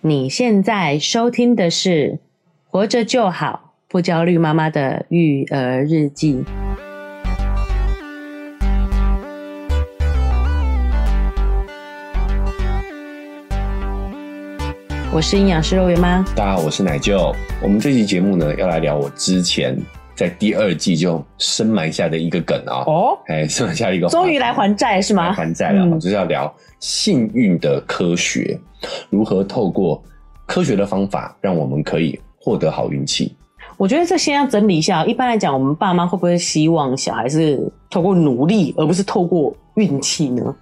你现在收听的是《活着就好，不焦虑妈妈的育儿日记》。我是营养师肉圆妈，大家好，我是奶舅。我们这期节目呢，要来聊我之前在第二季就深埋下的一个梗啊、哦，哎，深埋下一个话题，终于来还债是来吗？还债了，嗯就是要聊幸运的科学，如何透过科学的方法，让我们可以获得好运气。我觉得这先要整理一下。一般来讲，我们爸妈会不会希望小孩是透过努力，而不是透过运气呢？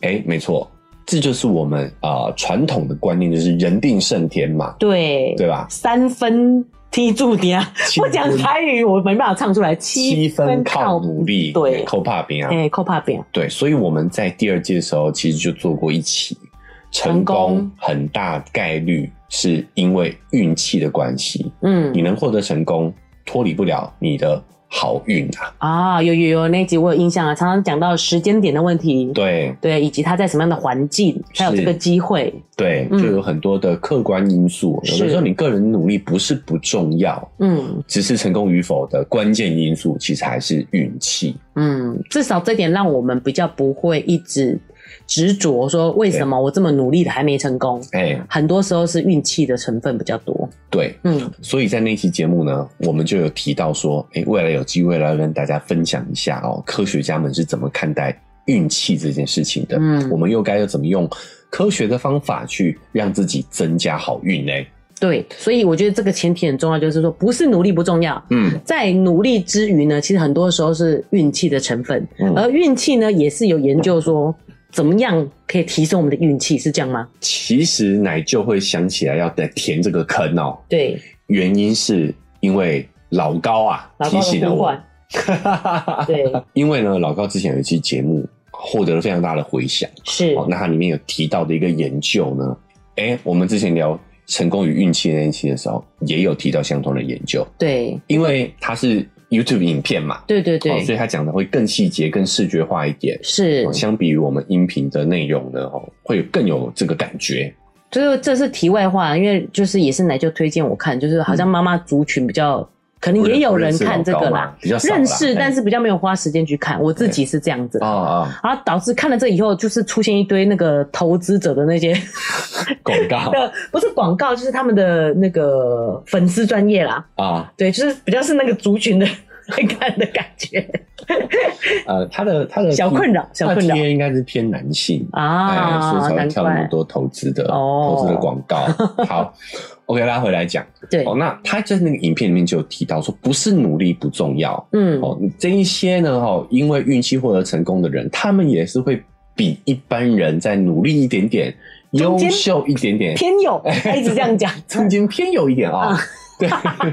哎，没错，这就是我们啊、呃传统的观念，就是人定胜天嘛，对对啊吧？三分踢住你啊！七 我讲台语，我没办法唱出来。七七分靠努力，对，扣怕饼啊，哎，扣怕饼，对，所以我们在第二季的时候其实就做过一期，成成功功很大概率是因为运气的关系，嗯你能获得成功，脱离不了你的好运啊。啊，有有有，那集我有印象啊，常常讲到时间点的问题，对对，以及他在什么样的环境才有是这个机会，对，嗯就有很多的客观因素，有的是时候你个人努力不是不重要，嗯只是成功与否的关键因素其实还是运气。嗯，至少这点让我们比较不会一直执着说为什么我这么努力的还没成功，哎、很多时候是运气的成分比较多，对，嗯所以在那期节目呢，我们就有提到说，诶、未来有机会来跟大家分享一下哦，科学家们是怎么看待运气这件事情的。嗯我，们又该要怎么用科学的方法去让自己增加好运呢？对，所以我觉得这个前提很重要，就是说不是努力不重要，嗯，在努力之余呢，其实很多时候是运气的成分，嗯而运气呢也是有研究说怎么样可以提升我们的运气，是这样吗？其实奶就会想起来要来填这个坑哦，对，原因是因为老高啊老提高醒的了呼我，唤， 对，因为呢，老高之前有一期节目获得了非常大的回响。是，哦，那它里面有提到的一个研究呢，哎、我们之前聊成功与运气那一期的时候，也有提到相同的研究，对，因为它是 YouTube 影片嘛，对对对，哦，所以它讲的会更细节、更视觉化一点。是哦，相比于我们音频的内容呢，哦，会有更有这个感觉。就是这是题外话，因为就是也是奶就推荐我看，就是好像妈妈族群比较，可能也有人看这不个认识老高啦嘛，，比较少啦认识，但哎是比较没有花时间去看，我自己是这样子啊。啊，然后导致看了这以后，就是出现一堆那个投资者的那些广告的不是广告，就是他们的那个粉丝专业啦。啊，对，就是比较是那个族群的在看的感觉呃，它的它的小困扰小困扰它的 TA 应该是偏男性哎，所以啊，才会难跳那么怪多投资的、哦投资的广告。好，OK，拉回来讲对，哦。那他在那个影片里面就有提到说，不是努力不重要嗯，哦，这一些呢哦，因为运气获得成功的人，他们也是会比一般人再努力一点点，中优间秀一点点，偏有，他一直这 样讲，中间偏有一点啊、啊对，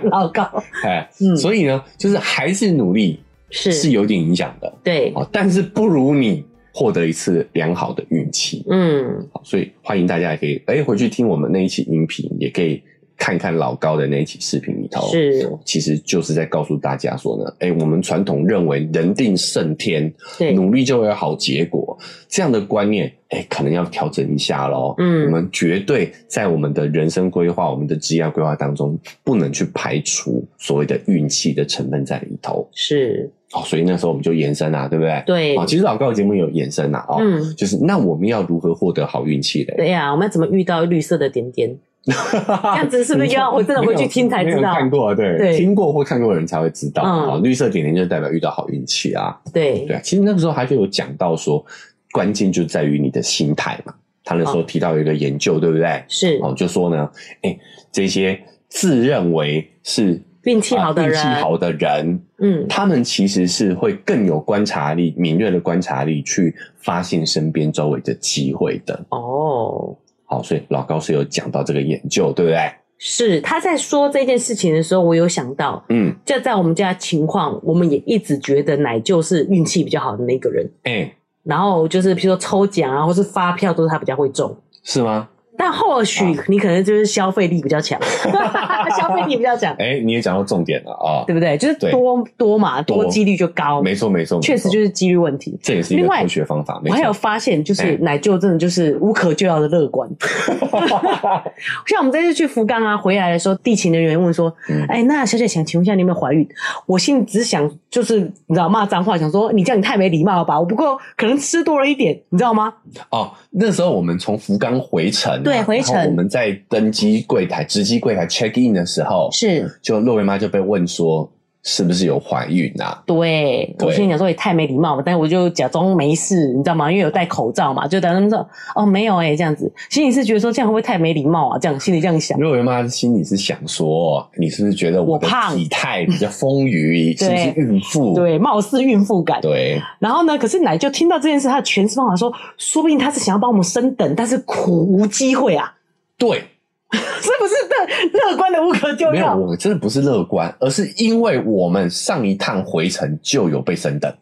老高哎，嗯所以呢，就是还是努力是有点影响的对，哦，但是不如你获得一次良好的运气。嗯，好，所以欢迎大家也可以哎、回去听我们那一期音频，也可以看看老高的那一期视频里头，是其实就是在告诉大家说呢，哎、我们传统认为人定胜天，对，努力就会有好结果这样的观念，哎、可能要调整一下喽。嗯我们绝对在我们的人生规划、我们的职业规划当中，不能去排除所谓的运气的成分在里头。是，哦，所以那时候我们就延伸啊，对不对？对哦，，其实老高的节目有延伸啊，哦。嗯。就是那我们要如何获得好运气嘞？对呀、我们要怎么遇到绿色的点点？ 这样子是不是要我真的回去听才知道看过，对，对听过或看过的人才会知道。嗯啊、绿色点点就代表遇到好运气啊。对，对啊，其实那个时候他就有讲到说，关键就在于你的心态嘛。他那时候提到一个研究，对不对？是哦，就说呢，哎、这些自认为是呃运气好的人啊运气好的人，嗯，他们其实是会更有观察力、敏锐的观察力去发现身边周围的机会的。哦，好，所以老高是有讲到这个研究，对不对？是他在说这件事情的时候，我有想到，嗯，就在我们家的情况，我们也一直觉得奶就是运气比较好的那个人。哎、然后就是比如说抽奖啊，或是发票，都是他比较会中。是吗？但或许你可能就是消费力比较 强，消费力比较强，哎、你也讲到重点了啊、对不对？就是对多多嘛，多多几率就高，没错，没错，确实就是是几率问题。这也是一个另外科学方法，没我错。还有发现，就哎是奶舅真的就是无可救药的乐 观。 像我们这次去福冈啊，回来的时候，地勤人员问说：“嗯哎、那小姐想请问一下，你有没有怀孕？”我心里只想就是你知道骂脏话，想说哦你这样你太没礼貌了吧？我不过可能吃多了一点，你知道吗？哦，那时候我们从福冈回程啊、对回程然后我们在登机柜台、值机柜台 check in 的时候，是就洛维妈就被问说是不是有怀孕啊？对，对我心里想说也太没礼貌了，但是我就假装没事，你知道吗？因为有戴口罩嘛，就假装说哦没有哎、这样子，心里是觉得说这样会不会太没礼貌啊？这样心里这样想，洛维妈心里是想说，你是不是觉得我的我胖体态比较丰 腴，是不是孕妇？对，貌似孕妇感。对然后呢，可是奶就听到这件事，他的诠释方法说，说不定他是想要帮我们升等，但是苦无机会啊，对是不是乐乐观的无可救没有，药？我真的不是乐观，而是因为我们上一趟回程就有被升等。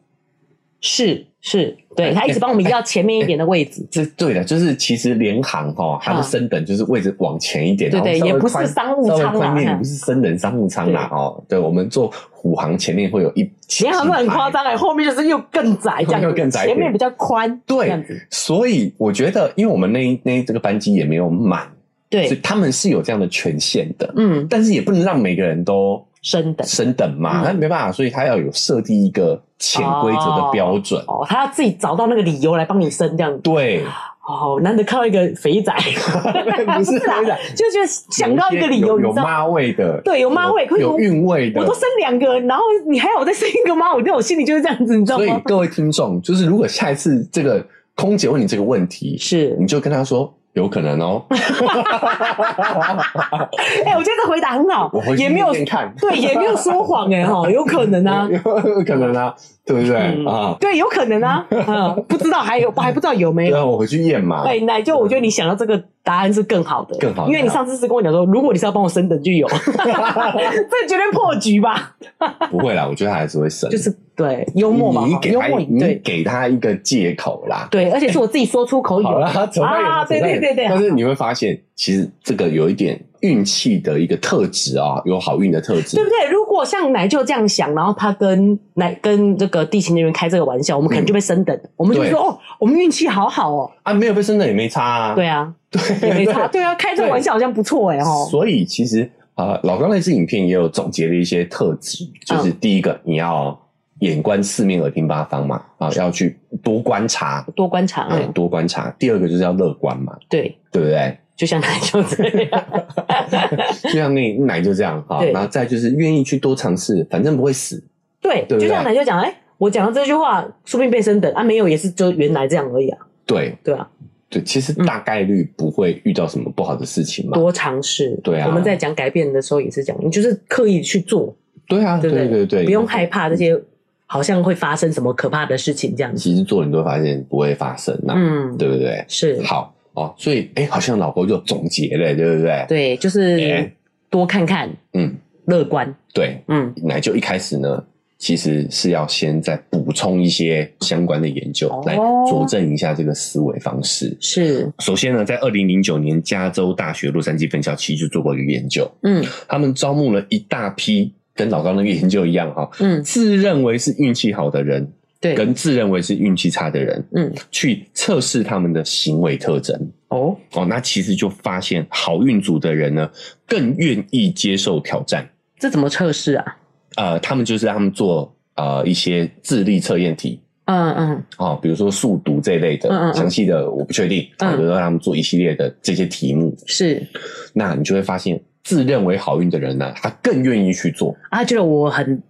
是是，对哎他一直帮我们移到前面一点的位置，这对了，就是其实联航哈、它的嗯升等就是位置往前一点，对然后对稍微也不是宽商务稍微舱啦宽一嗯点，也不是升等商务舱啦哦。对，我们坐虎航前面会有一，前行是很夸张哎、后面就是又更窄，这样又更窄一点前面比较宽，这样 对子，，所以我觉得，因为我们那一那一这个班机也没有满，所以对，他们是有这样的权限的，嗯，但是也不能让每个人都升等。升等嘛，嗯那没办法，所以他要有设定一个潜规则的标准。哦，他要自己找到那个理由来帮你升这样子。 对，哦，难得看到一个肥仔，不是啊非常就觉得想到一个理由，有你有知道吗？妈味的，对有妈味可以有有韵味的，我都生两个，然后你还要我再生一个吗？我在我心里就是这样子，你知道所以吗？各位听众，就是如果下一次这个空姐问你这个问题，是你就跟她说有可 能哦，哎、我觉得这回答很好我回，去也没有验验看对，也没有说谎哎、哈，有可能 啊，有可能啊，对不对嗯啊？对，有可能啊，嗯，不知道还有还不知道有没对有。啊，我回去验嘛。哎，奶就我觉得你想到这个答案是更好的，更好的啊因为你上次是跟我讲说，如果你是要帮我升等就 有，这绝对破局吧？不会啦，我觉得她还是会生，就是对幽默嘛，你哈给幽她默你对给她一个借口啦。对，而且是我自己说出口好有 啦，扯太远了啊扯太对远对对对但是你会发现，其实这个有一点运气的一个特质啊，有好运的特质对不。对？如果像奶舅这样想，然后他跟奶跟这个地勤人员开这个玩笑，我们可能就被升等，我们就嗯对说哦，我们运气好好哦，啊，没有被生的也没差啊。对啊，对，也没差，对啊，开这个玩笑好像不错哎哦，所以其实啊、呃老高那支影片也有总结了一些特质，嗯就是第一个，你要眼观四面，耳听八方嘛，啊、要去多观察，多观察，哎、嗯多观察。第二个就是要乐观嘛，对，对不 对？就像奶舅这 样，就像那奶就这样哈，对然后再就是愿意去多尝试，反正不会死。对，对不对啊就像奶舅讲，哎，我讲到这句话，说不定被升等啊，没有也是就原来这样而已啊，对对啊，对，其实大概率不会遇到什么不好的事情嘛。多尝试，嗯对啊我们在讲改变的时候也是讲，你就是刻意去做，对啊，对不对对对，不用害。怕这些好像会发生什么可怕的事情这样子，其实做了你都会发现不会发生呐、嗯，啊对不对？是。好哦，所以哎，好像老高就总结了，对不对？对，就哎是多看看，嗯，乐观，对，嗯，奶舅一开始呢，其实是要先再补充一些相关的研究，哦来佐证一下这个思维方式。是，首先呢，在二零零九年，加州大学洛杉矶分校其实就做过一个研究，嗯他们招募了一大批跟老高那个研究一样哈、嗯，自认为是运气好的人，对，跟自认为是运气差的人，嗯去测试他们的行为特征。哦，哦，那其实就发现好运组的人呢，更愿意接受挑战。这怎么测试啊？呃，他们就是让他们做呃一些智力测验题嗯嗯哦，比如说数独这一类的，嗯嗯嗯详细的我不确定，啊嗯比如说让他们做一系列的这些题目，是那你就会发现，自认为好运的人呢，他更愿意去做，啊，觉得我很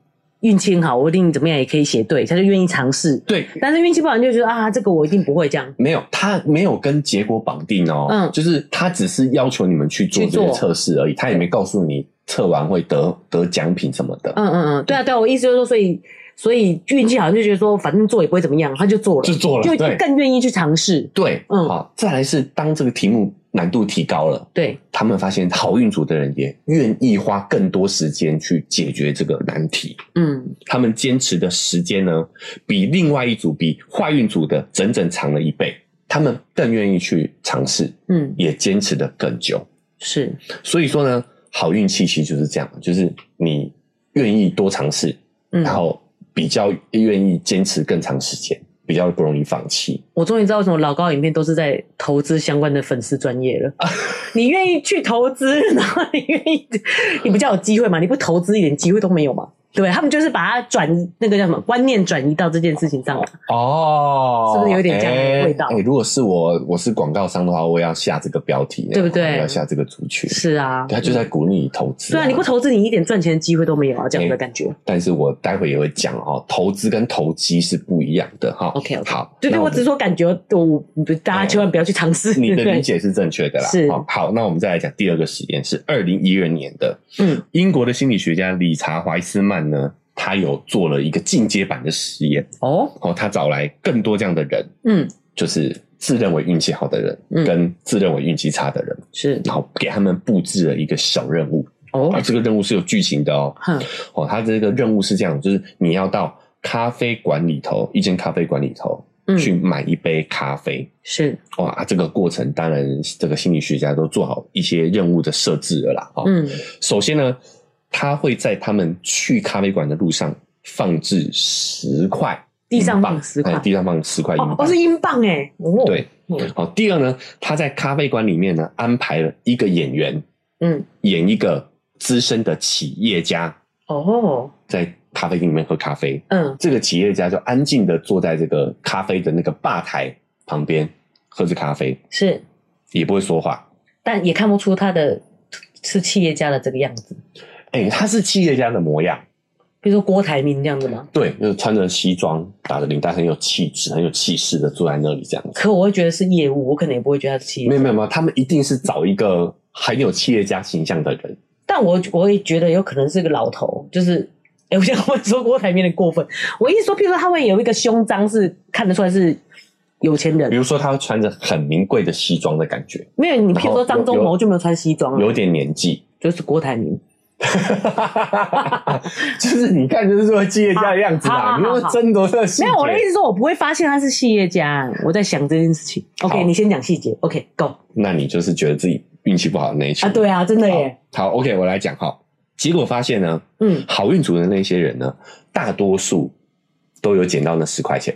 运气很好，我一定怎么样也可以写对，他就愿意尝试，对。但是运气不好你就觉得啊，这个我一定不会这样，没有，他没有跟结果绑定哦，嗯就是他只是要求你们去做去这做个测试而已，他也没告诉你测完会得得奖品什么的，嗯嗯嗯，对啊对啊，我意思就是说，所以所以运气好像就觉得说，反正做也不会怎么样，他就做了，就做了就对更愿意去尝试，对，嗯好，再来是当这个题目难度提高了，对，他们发现好运组的人也愿意花更多时间去解决这个难题。嗯，他们坚持的时间呢，比另外一组比坏运组的整整长了一倍。他们更愿意去尝试，嗯，也坚持的更久。是，所以说呢，好运气息就是这样，就是你愿意多尝试，嗯，然后比较愿意坚持更长时间，比较不容易放弃。我终于知道为什么老高影片都是在投资相关的粉丝专业了。你愿意去投资，然后你愿意，你比较有机会嘛？你不投资一点机会都没有嘛？对他们就是把它转移那个叫什么观念转移到这件事情上了。哦是不是有点这样的味道哎、哎如果是我，我是广告商的话，我也要下这个标题，对不对我要下这个族群，是啊，对他就在鼓励你投资、对啊，你不投资，你一点赚钱的机会都没有啊，这样的哎感觉。但是我待会也会讲哦，投资跟投机是不一样的哈。 OK，OK 好，对对，那我们只是说感觉，我大家千万不要去尝试。 你的对理，解是正确的啦。哦是好好，那我们再来讲第二个实验，是二零一二年的嗯英国的心理学家理查怀斯曼呢，他有做了一个进阶版的实验哦，哦，他找来更多这样的人，嗯，就是自认为运气好的人，嗯跟自认为运气差的人，是然后给他们布置了一个小任务，哦啊，，这个任务是有剧情的哦。哼，哦，他这个任务是这样，就是你要到咖啡馆里头，一间咖啡馆里头嗯，去买一杯咖啡。是，哇、啊这个过程当然这个心理学家都做好一些任务的设置了啦。哦，嗯首先呢，他会在他们去咖啡馆的路上放置十块地英镑，上放10块哎地上放十块英哦镑。，哦是英镑哎，哦，对嗯，好，第二呢，他在咖啡馆里面呢安排了一个演员嗯，演一个资深的企业家，哦，在咖啡厅里面喝咖啡。嗯，这个企业家就安静的坐在这个咖啡的那个吧台旁边喝着咖啡，是，也不会说话。但也看不出他的是企业家的这个样子，哎、他是企业家的模样，比如说郭台铭这样子嘛。对，就是穿着西装，打着领带，很有气质，很有气势的坐在那里这样子。可我会觉得是业务，我可能也不会觉得他是企业没家，有没有没有，他们一定是找一个很有企业家形象的人。但我我也觉得有可能是个老头，就是。哎、我想我说郭台铭的过分，我一说，譬如说他会有一个胸章是看得出来是有钱人比，如说，他穿着很名贵的西装的感觉，没有你譬如然说后张忠哦有谋就没有穿西装啊，有点年纪， 就是郭台铭。就是你看，就是说企业家的样子好好好啦。你好又争夺这个细没有，我的意节，思是说，我不会发现他是企业家。我在想这件事情。OK，好你先讲细节。OK，Go、那你就是觉得自己运气不好的那一群啊，对啊，真的耶。好，OK，我来讲哈。结果发现呢，嗯，好运组的那些人呢，大多数都有捡到那十块钱。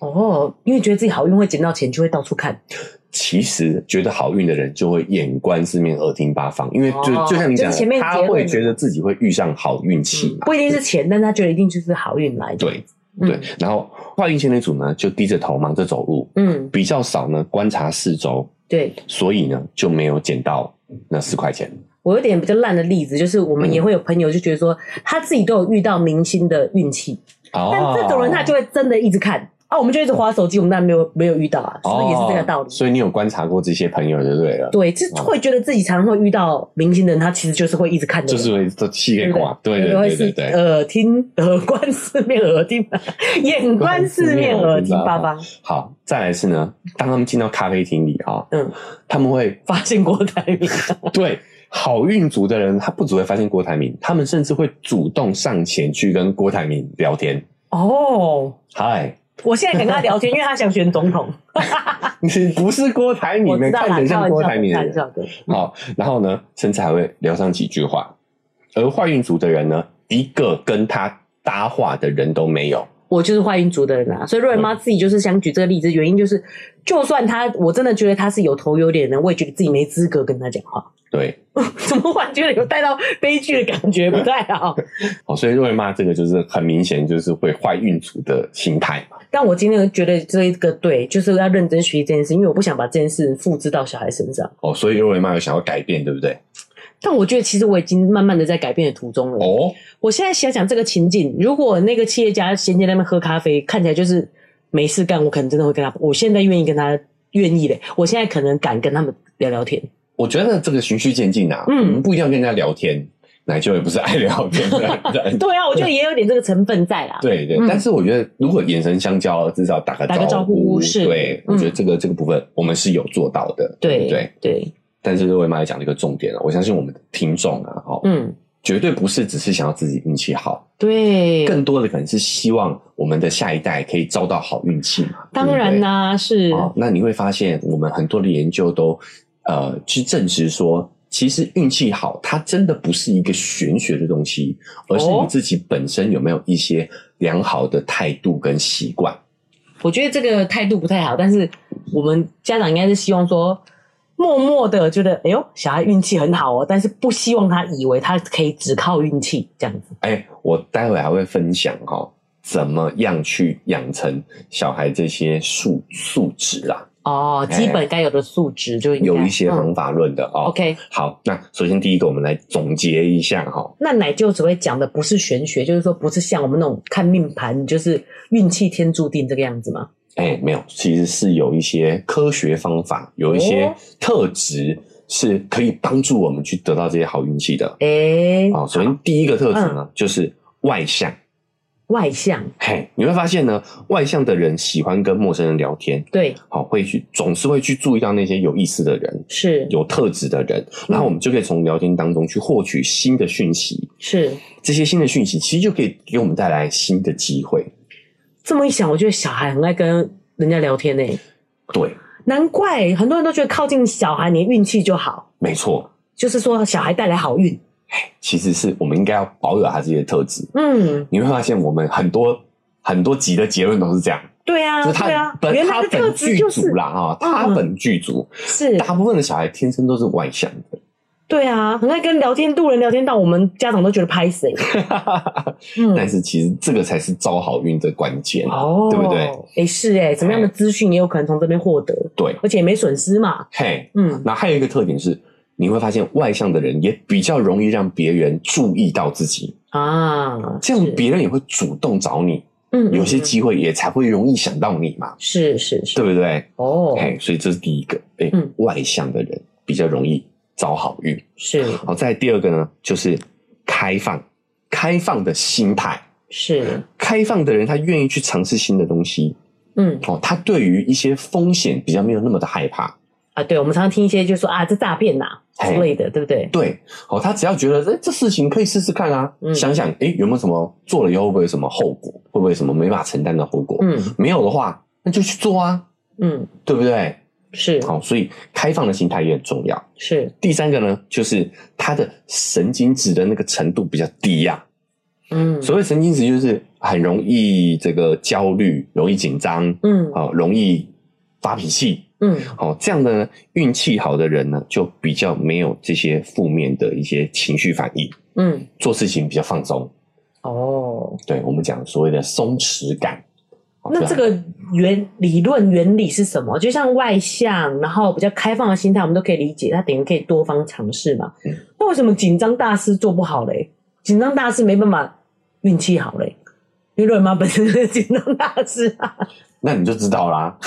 哦，因为觉得自己好运会捡到钱，就会到处看。嗯其实觉得好运的人就会眼观四面，耳听八方，因为就、哦就像你讲就是前面的，结他论会的觉得自己会遇上好运气嘛。不一定是钱，但他觉得一定就是好运来的。对嗯对，，然后坏运气那组呢，就低着头忙着走路，嗯，比较少呢观察四周，对所以呢就没有捡到那十块钱。我有点比较烂的例子，就是我嗯们也会有朋友就觉得说，他自己都有遇到明星的运气，哦但这种人他就会真的一直看啊，我们就一直划手机，我们当然没有没有遇到啊，是不是也是这个道理哦？所以你有观察过这些朋友就对了。对，就是会觉得自己常常会遇到明星的人，他其实就是会一直看的就人，是会这气给挂，对对会是对对对。耳听耳观四面，耳听眼观四面，耳听八方。好，再来是呢，当他们进到咖啡厅里啊、嗯，他们会发现郭台铭对好运族的人，他不只会发现郭台铭，他们甚至会主动上前去跟郭台铭聊天。哦。嗨，我现在敢跟他聊天，因为他想选总 统。你 不是郭台我铭知的，道看啦，起来开像郭台玩铭笑，开玩的人。笑的。好，然后呢，甚至还会聊上几句话。而坏运族的人呢，一个跟他搭话的人都没有。我就是坏运族的人啊，所以瑞文妈自己就是想举这个例子，原因就是，就算他，我真的觉得他是有头有脸的人，我也觉得自己没资格跟他讲话。 对，怎么忽然觉得有带到悲剧的感觉，不太好。哦，所以瑞妈这个就是很明显就是会坏运族的心态嘛。但我今天觉得这一个对，就是要认真学习这件事，因为我不想把这件事复制到小孩身上。哦，所以瑞妈有想要改变，对不对？但我觉得其实我已经慢慢的在改变的途中了。哦，我现在想想这个情景，如果那个企业家闲在那边喝咖啡，看起来就是没事干，我可能真的会跟他，我现在愿意跟他愿意的，我现在可能敢跟他们聊聊天。我觉得这个循序渐进啊，嗯我们不一定要跟人家聊天，奶舅也不是爱聊天的人对啊，我觉得也有点这个成分在啦。对对，嗯但是我觉得如果眼神相交，至少打个打个招呼呼，是嗯对，我觉得这个、这个部分我们是有做到的，对不对。对，但是瑞妈也讲了一个重点啊了，我相信我们的听众啊，哦，嗯，绝对不是只是想要自己运气好，对，更多的可能是希望我们的下一代可以招到好运气嘛。当然啦、啦，是，哦，那你会发现我们很多的研究都呃去证实说。其实运气好，它真的不是一个玄学的东西，而是哦你自己本身有没有一些良好的态度跟习惯。我觉得这个态度不太好，但是我们家长应该是希望说，默默的觉得，哎呦，小孩运气很好哦，但是不希望他以为他可以只靠运气这样子。哎、我待会还会分享哈、哦，怎么样去养成小孩这些素素质啊，哦，哎基本该有的素质就应该有一些嗯方法论的哦。 OK，好，那首先第一个，我们来总结一下哈、那奶舅只会讲的不是玄学，就是说不是像我们那种看命盘，就是运气天注定这个样子吗？哎，没有，其实是有一些科学方法，有一些哦特质是可以帮助我们去得到这些好运气的。哎、嗯啊、首先第一个特质呢，就是外向。外向，嘿，你会发现呢，外向的人喜欢跟陌生人聊天，对，好、会去总是会去注意到那些有意思的人、是有特质的人，嗯那我们就可以从聊天当中去获取新的讯息。是。这些新的讯息其实就可以给我们带来新的机会。这么一想，我觉得小孩很爱跟人家聊天呢、对，难怪很多人都觉得靠近小孩，你运气就好。没错，就是说小孩带来好运。其实是我们应该要保有他这些特质。嗯，你会发现我们很多很多集的结论都是这样，对啊，就对是他啊，本原来他的特本质剧就是组啦啊，嗯他本剧组是，大部分的小孩天生都是外向的，对啊，很爱跟聊天路人聊天到我们家长都觉得拍 谁，但嗯，是其实这个才是招好运的关键啊，对不对？？哎，是哎，什么样的资讯也有可能从这边获得，对，而且也没损失嘛。嘿，嗯，那还有一个特点是，你会发现外向的人也比较容易让别人注意到自己，啊，这样是别人也会主动找你，嗯有些嗯机会也才会容易想到你嘛，是是对是不对？哦，哎，所以这是第一个，哎、嗯外向的人比较容易招好运。是好，再来第二个呢，就是开放，开放的心态。是，开放的人，他愿意去尝试新的东西嗯哦。他对于一些风险比较没有那么的害怕，啊，对，我们常常听一些就说啊，这诈骗呐之哎类的，对不对？对哦，他只要觉得这这事情可以试试看啊，嗯想想诶有没有什么做了以后会不会有什么后果，会不会有什么没办法承担的后果？嗯没有的话，那就去做啊，嗯，对不对？是好、所以开放的心态也很重要。是，第三个呢，就是他的神经质的那个程度比较低啊呀、嗯所谓神经质，就是很容易这个焦虑、容易紧张，嗯哦，容易发脾气。嗯哦，这样的呢，运气好的人呢，就比较没有这些负面的一些情绪反应，嗯，做事情比较放松。哦，对我们讲所谓的松弛感。哦那这个原理论原理是什么？就像外向，然后比较开放的心态，我们都可以理解，它等于可以多方尝试嘛。嗯那为什么紧张大师做不好嘞？紧张大师没办法运气好嘞，因为瑞妈本身就是紧张大师啊。那你就知道啦，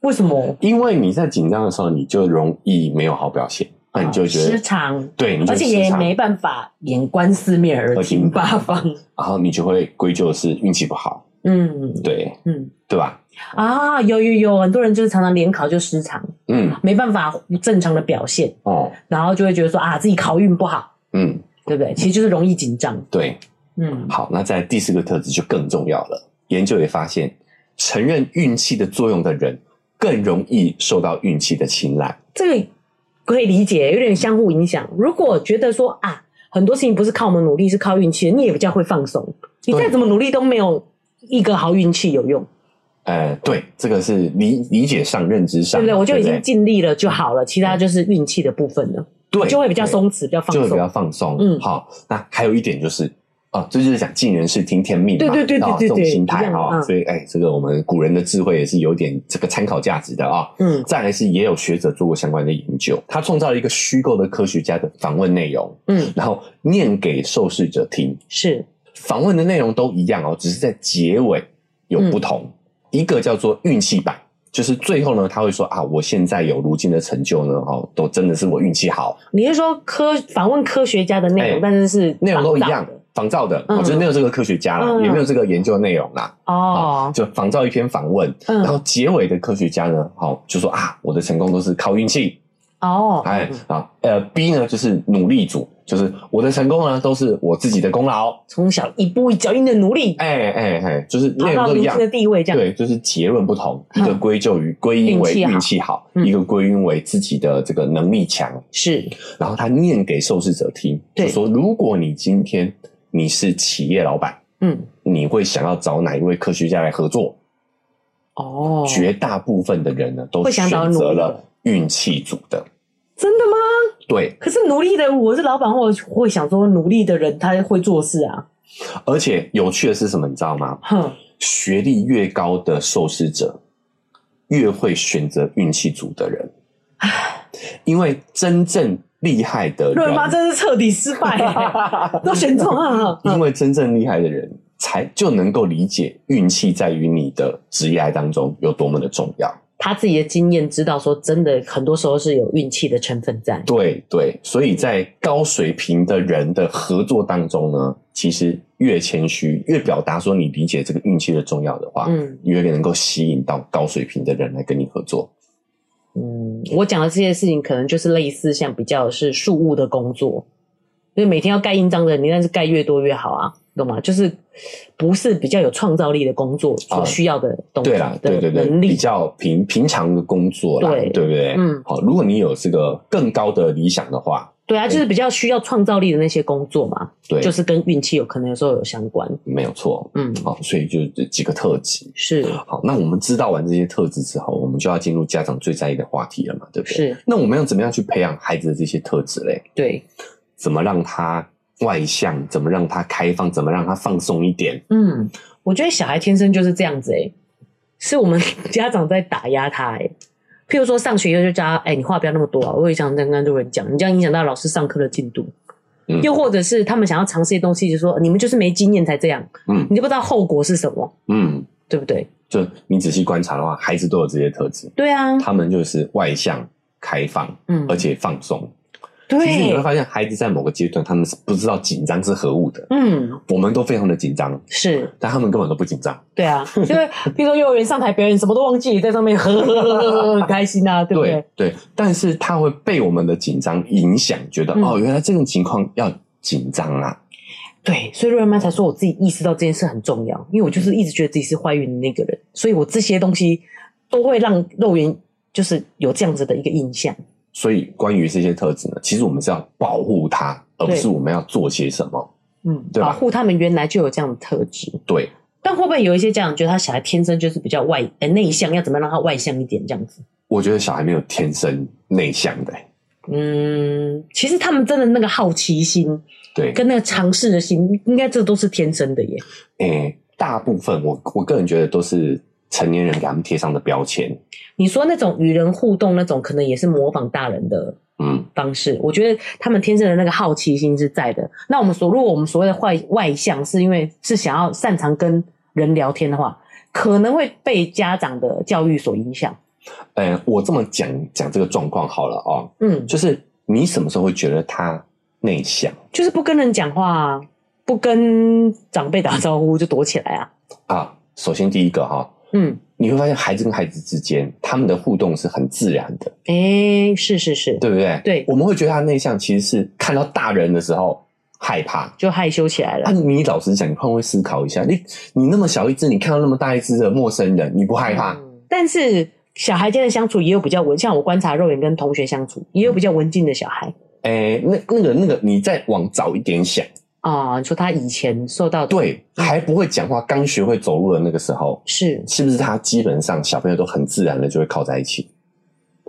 为什么？因为你在紧张的时候，你就容易没有好表现，那你就会觉得啊失常，对，你就而且失也常没办法眼观四面，耳听八方。然后你就会归咎是运气不好，嗯对嗯对吧？啊，有有有，很多人就是常常联考就失常，嗯，没办法正常的表现，哦，然后就会觉得说啊自己考运不好。嗯，对不对？其实就是容易紧张。对。嗯，好，那在第四个特质就更重要了。研究也发现，承认运气的作用的人，更容易受到运气的青睐。这个可以理解，有点相互影响。如果觉得说啊，很多事情不是靠我们努力，是靠运气，你也比较会放松。你再对怎么努力都没有一个好运气有用，呃，对，这个是理理解上、认知对上，不对？我就已不嗯经尽力了就好了，其他就是运气的部分了，对，就会比较对，松弛，比较放就会比较松。放松。嗯好，那还有一点就是。啊，这就是讲尽人事听天命嘛，对对对对啊对对这种心态一样啊，嗯所以哎，这个我们古人的智慧也是有点这个参考价值的啊。嗯再来是也有学者做过相关的研究，他创造了一个虚构的科学家的访问内容，嗯，然后念给受试者听。是访问的内容都一样哦，只是在结尾有不同。一个叫做运气版，就是最后呢，他会说啊，我现在有如今的成就呢，哦，都真的是我运气好，你是说科访问科学家的内容，哎但是是内容都一仿造样的，仿造的，嗯哦，就是没有这个科学家啦，嗯也没有这个研究内容啦，啊，哦？就仿造一篇访问，嗯然后结尾的科学家呢，好、就说啊，我的成功都是靠运气，哦，哎啊，呃，B 呢就是努力组，就是我的成功呢都是我自己的功劳，从小一步一脚印的努力，哎哎哎，就是爬内容到都一如样今，的地位，这样对，就是结论不同，一嗯个归咎于归因运为气好运气好，嗯一个归因为自己的这个能力强，是然后他念给受试者听，就对说如果你今天你是企业老板，嗯你会想要找哪一位科学家来合作？哦，绝大部分的人呢，都会选想找努力择的了运气组的。真的吗？对，可是努力的我是老板，我会想说努力的人他会做事啊，而且有趣的是什么，你知道吗？哼，学历越高的受试者，越会选择运气组的人，因为真正厉 害的瑞文妈人，真是彻底失败、 都选中啊，因为真正厉害的人才就能够理解运气在于你的职业当中有多么的重要。他自己的经验知道说，真的很多时候是有运气的成分在。对对，所以在高水平的人的合作当中呢，其实越谦虚，越表达说你理解这个运气的重要的话，嗯越能够吸引到高水平的人来跟你合作。嗯，我讲的这些事情可能就是类似像比较是事务的工作，因为每天要盖印章的，你但是盖越多越好啊，懂吗？就是不是比较有创造力的工作所需要的东西啊对啦，对的对对，嗯能比力。较平平常的工作啦，对对不对？嗯好，如果你有这个更高的理想的话，对啊，就是比较需要创造力的那些工作嘛，对，就是跟运气有可能有时候有相关。没有错。嗯，好，所以就是这几个特质。是好，那我们知道完这些特质之后，我们就要进入家长最在意的话题了嘛，对不对？是，那我们要怎么样去培养孩子的这些特质嘞？对，怎么让他外向？怎么让他开放？怎么让他放松一点？嗯，我觉得小孩天生就是这样子、欸，是我们家长在打压他、欸，譬如说上学以后就教他，哎、你话不要那么多啊，我也想跟更多人讲，你这样影响到老师上课的进度。嗯又或者是他们想要尝试一些东西，就说你们就是没经验才这样，嗯你就不知道后果是什么，嗯，对不对？就你仔细观察的话，孩子都有这些特质，对啊，他们就是外向、开放，嗯而，且放松。其实你会对，发现，孩子在某个阶段，他们是不知道紧张是何物的。嗯，我们都非常的紧张，是但他们根本都不紧张。对 啊，因为譬如说幼儿园上台表演，什么都忘记，在上面呵呵呵呵呵 呵很开心啊，对不对？对，但是他会被我们的紧张影响，觉得、嗯哦，原来这种情况要紧张啊。对，所以瑞妈才说我自己意识到这件事很重要，因为我就是一直觉得自己是怀孕的那个人，所以我这些东西都会让肉圆就是有这样子的一个印象。所以，关于这些特质呢，其实我们是要保护他，而不对是我们要做些什么。嗯，对吧保护他们原来就有这样的特质，对，但会不会有一些家长觉得他小孩天生就是比较外呃内向，要怎么样让他外向一点这样子？我觉得小孩没有天生内向的、嗯，其实他们真的那个好奇心对，跟那个尝试的心，应该这都是天生的耶。诶、大部分我我个人觉得都是成年人给他们贴上的标签。你说那种与人互动那种，可能也是模仿大人的嗯，方式。我觉得他们天生的那个好奇心是在的。那我们所如果我们所谓的外外向，是因为是想要擅长跟人聊天的话，可能会被家长的教育所影响。诶、我这么讲讲这个状况好了哦。嗯，就是你什么时候会觉得他内向就是不跟人讲话啊，不跟长辈打招呼就躲起来啊。啊？首先第一个哈、嗯，你会发现孩子跟孩子之间他们的互动是很自然的，诶，是是是，对不对？对我们会觉得他内向，其实是看到大人的时候害怕。就害羞起来了。啊，你老实讲，你换位思考一下，你你那么小一只，你看到那么大一只的陌生人，你不害怕？嗯但是小孩间的相处也有比较文，像我观察肉眼跟同学相处，也有比嗯较文静的小孩哎、那那个那个，你再往早一点想，啊、你说他以前受到的对，还不会讲话，刚学会走路的那个时候，是是不是他基本上小朋友都很自然的就会靠在一起？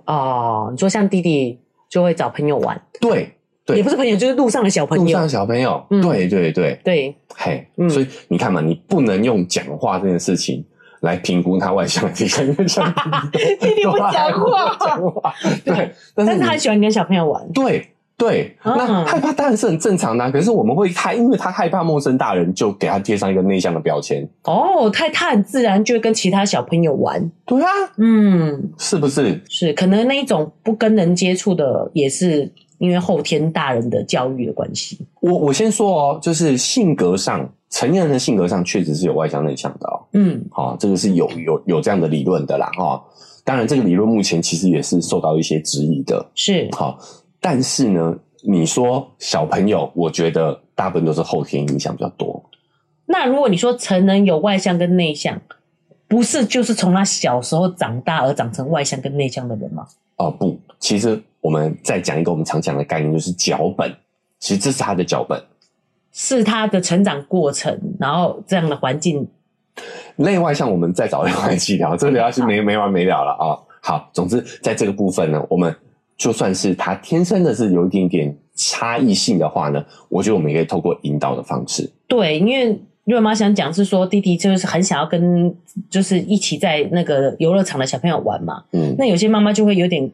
哦，你说像弟弟就会找朋友玩，对，对也不是朋友，就是路上的小朋路友上的。小朋友，哦嗯对对对， 对，嘿，嗯所以你看嘛，你不能用讲话这件事情来评估他外向还是内向，弟弟不讲话 不讲话，对，但但是是你啊他很喜欢跟小朋友玩。对，对，嗯那害怕当然是很正常的啊、可是我们会害，因为他害怕陌生大人，就给他贴上一个内向的标签。哦，太他很自然就会跟其他小朋友玩，对啊，嗯，是不是？是可能那一种不跟人接触的，也是因为后天大人的教育的关系。我我先说哦，就是性格上，成年人的性格上确实是有外向内向的哦。嗯好、这个是有有有这样的理论的啦，哈、当然，这个理论目前其实也是受到一些质疑的，是好、但是呢，你说小朋友，我觉得大部分都是后天影响比较多。那如果你说成人有外向跟内向，不是就是从他小时候长大而长成外向跟内向的人吗？哦、不，其实我们再讲一个我们常讲的概念，就是脚本。其实这是他的脚本，是他的成长过程，然后这样的环境，内外向我们再找另外一期聊，这个聊下去没没完没了了啊、好，总之在这个部分呢，我们就算是他天生的是有一点点差异性的话呢，我觉得我们也可以透过引导的方式。对，因为瑞妈想讲是说弟弟就是很想要跟就是一起在那个游乐场的小朋友玩嘛，嗯，那有些妈妈就会有点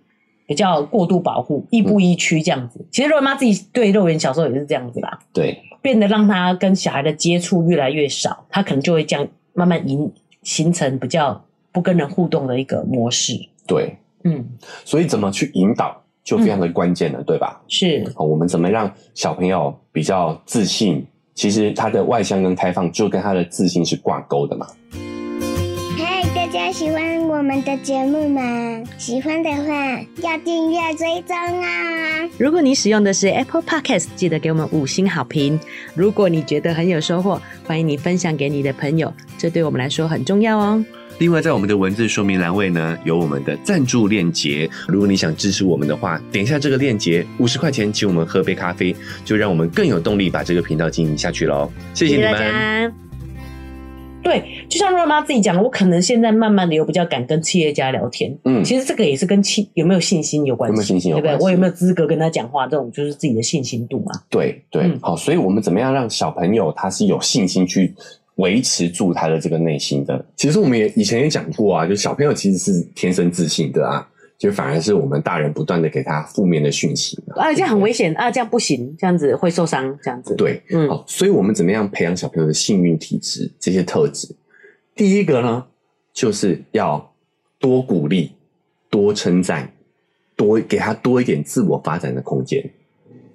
比较过度保护，亦步亦趋这样子。其实瑞妈自己对肉圆小时候也是这样子啦，对，变得让他跟小孩的接触越来越少，他可能就会这样慢慢形形成比较不跟人互动的一个模式。对，嗯，所以怎么去引导就非常的关键了，对吧？是好我们怎么让小朋友比较自信？其实他的外向跟开放就跟他的自信是挂钩的嘛。嗨，大家喜欢我们的节目吗？喜欢的话要订阅追踪啊、如果你使用的是 Apple Podcast，记得给我们五星好评。如果你觉得很有收获，欢迎你分享给你的朋友，这对我们来说很重要哦。另外，在我们的文字说明栏位呢，有我们的赞助链接。如果你想支持我们的话，点一下这个链接，五十块钱请我们喝杯咖啡，就让我们更有动力把这个频道经营下去喽。谢谢你大们。家。对，就像瑞妈自己讲，我可能现在慢慢的有比较敢跟企业家聊天。嗯，其实这个也是跟信有没有信心有关系，有没有信心有对关不系对？我有没有资格跟他讲话，这种就是自己的信心度嘛。对对嗯，好、所以我们怎么样让小朋友他是有信心去维持住他的这个内心的？其实我们也以前也讲过啊，就小朋友其实是天生自信的啊，就反而是我们大人不断的给他负面的讯息嗯啊。啊，这样很危险啊，这样不行，这样子会受伤，这样子。，对，嗯好，所以我们怎么样培养小朋友的幸运体质这些特质？第一个呢，就是要多鼓励、多称赞、多给他多一点自我发展的空间。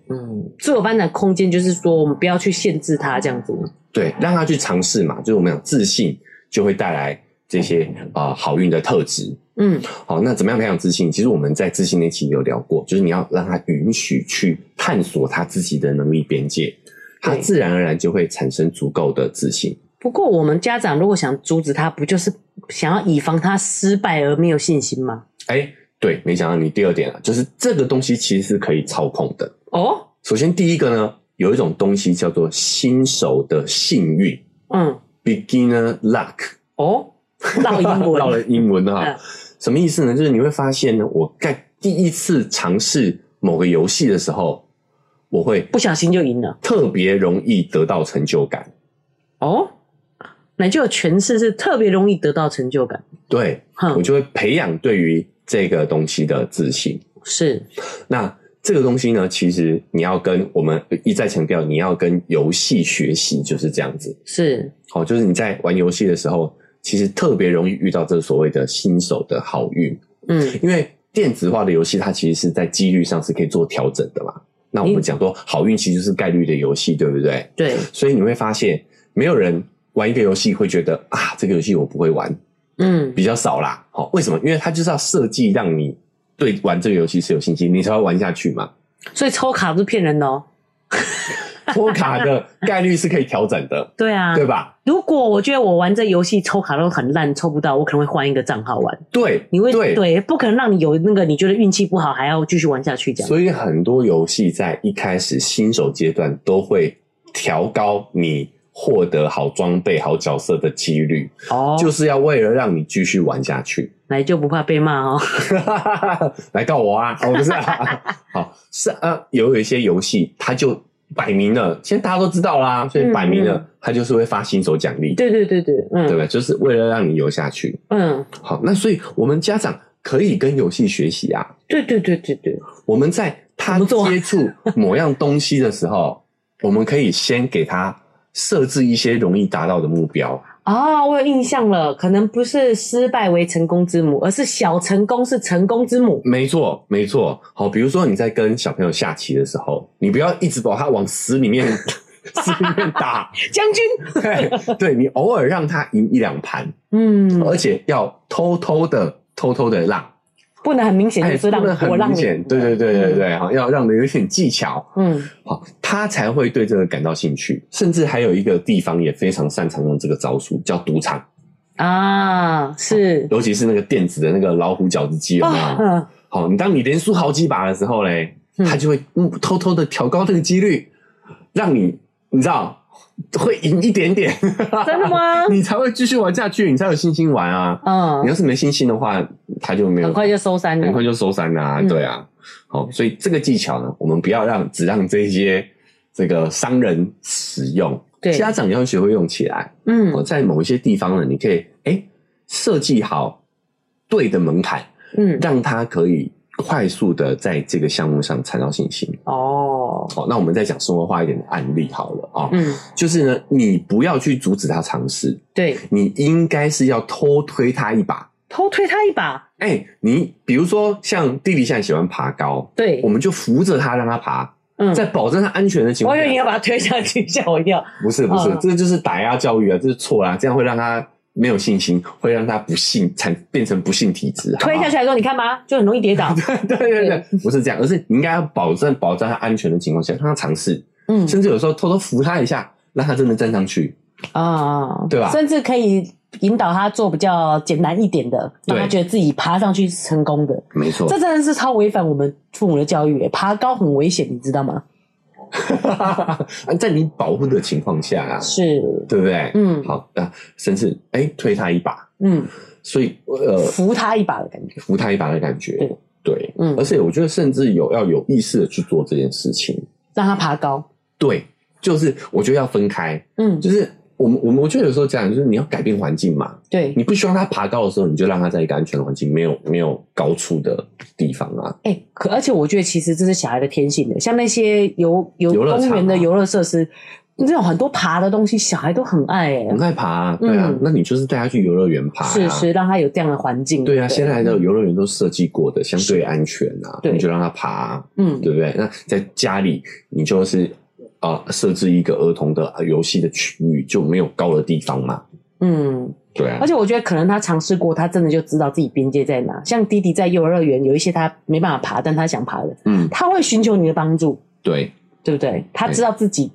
嗯，自我发展空间就是说，我们不要去限制他这样子。对，让他去尝试嘛，就是我们讲自信就会带来这些啊、呃好运的特质。嗯，好，那怎么样培养自信？其实我们在自信那期有聊过，就是你要让他允许去探索他自己的能力边界，他对自然而然就会产生足够的自信。不过我们家长如果想阻止他，不就是想要以防他失败而没有信心吗？哎，对，没想到你第二点了，就是这个东西其实是可以操控的。哦，首先第一个呢，有一种东西叫做新手的幸运嗯， （beginner luck）。哦， 绕英文，到了英文哈、嗯什么意思呢？就是你会发现呢，我在第一次尝试某个游戏的时候，我会不小心就赢了。特别容易得到成就感。哦，奶就有诠释是特别容易得到成就感。对哼我，就会培养对于这个东西的自信。是那这个东西呢，其实你要跟我们一再强调，你要跟游戏学习就是这样子。是，好、就是你在玩游戏的时候，其实特别容易遇到这所谓的新手的好运。嗯，因为电子化的游戏，它其实是在几率上是可以做调整的嘛。那我嗯们讲说好运其实是概率的游戏，对不对？对，所以你会发现，没有人玩一个游戏会觉得啊，这个游戏我不会玩，嗯，比较少啦。好、为什么？因为它就是要设计让你对玩这个游戏是有信心，你才会玩下去嘛。所以抽卡不是骗人的哦。抽卡的概率是可以调整的，对 啊，对吧？如果我觉得我玩这游戏抽卡都很烂，抽不到，我可能会换一个账号玩。对，你会对。不可能让你有那个你觉得运气不好还要继续玩下去这样。所以很多游戏在一开始新手阶段都会调高你获得好装备、好角色的几率，哦，就是要为了让你继续玩下去。 来就不怕被骂哦。来告我 啊！哦，不是、啊， 好是啊，有有一些游戏它就摆明了，现在大家都知道啦，所以摆明了、嗯它就是会发新手奖励，对对对对，对不嗯对？就是为了让你游下去。嗯，好，那所以我们家长可以跟游戏学习啊。对对对对对，我们在他怎么做接触某样东西的时 候，我们可以先给他设置一些容易达到的目标。啊，我有印象了，可能不是失败为成功之母，而是小成功是成功之母。没错，没错。好，比如说你在跟小朋友下棋的时候，你不要一直把他往死里面死里面打，将军，对，对你偶尔让他赢一两盘，嗯，而且要偷偷的、偷偷的让，哎不能很明显就是让不能很我让明你，显，对对对对对，好，要让的有点技巧，嗯，好，他才会对这个感到兴趣。甚至还有一个地方也非常擅长用这个招数，叫赌场，啊，是尤其是那个电子的那个老虎饺子机，有没有？啊，嗯好，你当你连输好几把的时候嘞，嗯他就会嗯偷偷的调高这个几率，让你你知道会赢一点点，？真的吗你才会继续玩下去，你才有信心玩啊。你嗯，要是没信心的话，他就没有很快就收山很快了。就收山啦、嗯对啊。好，所以这个技巧呢，我们不要让只让这些这个商人使用，对家长也要学会用起来。嗯哦，在某一些地方呢，你可以哎设计好对的门槛。嗯，让他可以快速的在这个项目上产到信心。哦，好，那我们再讲生活化一点的案例好了啊、哦嗯，就是呢，你不要去阻止他尝试，对，你应该是要偷推他一把。偷推他一把，哎、你比如说像弟弟现在喜欢爬高，对我，们就扶着他让他爬，嗯，在保证他安全的情我况以为你下，要把他推下去，吓我一跳。不是不是，嗯这就是打压教育啊，这是错啦，这样会让他没有信心，会让他不信产变成不信体质。好不推好下去来说，你看吧，就很容易跌 倒。对对对，不是这样，而是你应该要保证保障他安全的情况下，让他尝试，嗯甚至有时候偷偷扶他一下，让他真的站上去。啊，对吧甚至可以引导他做比较简单一点的，让对他觉得自己爬上去是成功的。没错 这真的是超违反我们父母的教育、欸，爬高很危险，你知道吗？啊在你保护的情况下啊，是，对不对？嗯好啊、呃甚至哎、推他一把，嗯，所以呃扶他一把的感觉。扶他一把的感觉，对对，嗯而且我觉得甚至有要有意识的去做这件事情，让他爬高。对，就是我觉得要分开，嗯，就是我们我们我觉得有时候讲就是你要改变环境嘛，对。你不希望他爬高的时候，你就让他在一个安全的环境，没有没有高处的地方啊。哎、可而且我觉得其实这是小孩的天性的，像那些游游游乐公场园啊的游乐设施，那种很多爬的东西，小孩都很爱、欸。很害爬、啊，对啊，嗯那你就是带他去游乐园爬、啊，是是，让他有这样的环境。对啊，现在的游乐园都设计过的，相对安全啊，对你就让他爬、啊，嗯，对不对？那在家里，你就是啊，设、置一个儿童的游戏的区域，就没有高的地方嘛，嗯，对 啊而，且我觉得可能他尝试过，他真的就知道自己边界在哪。像弟弟在幼儿园有一些他没办法爬，但他想爬的，嗯，他会寻求你的帮助，对，对不对？他知道自己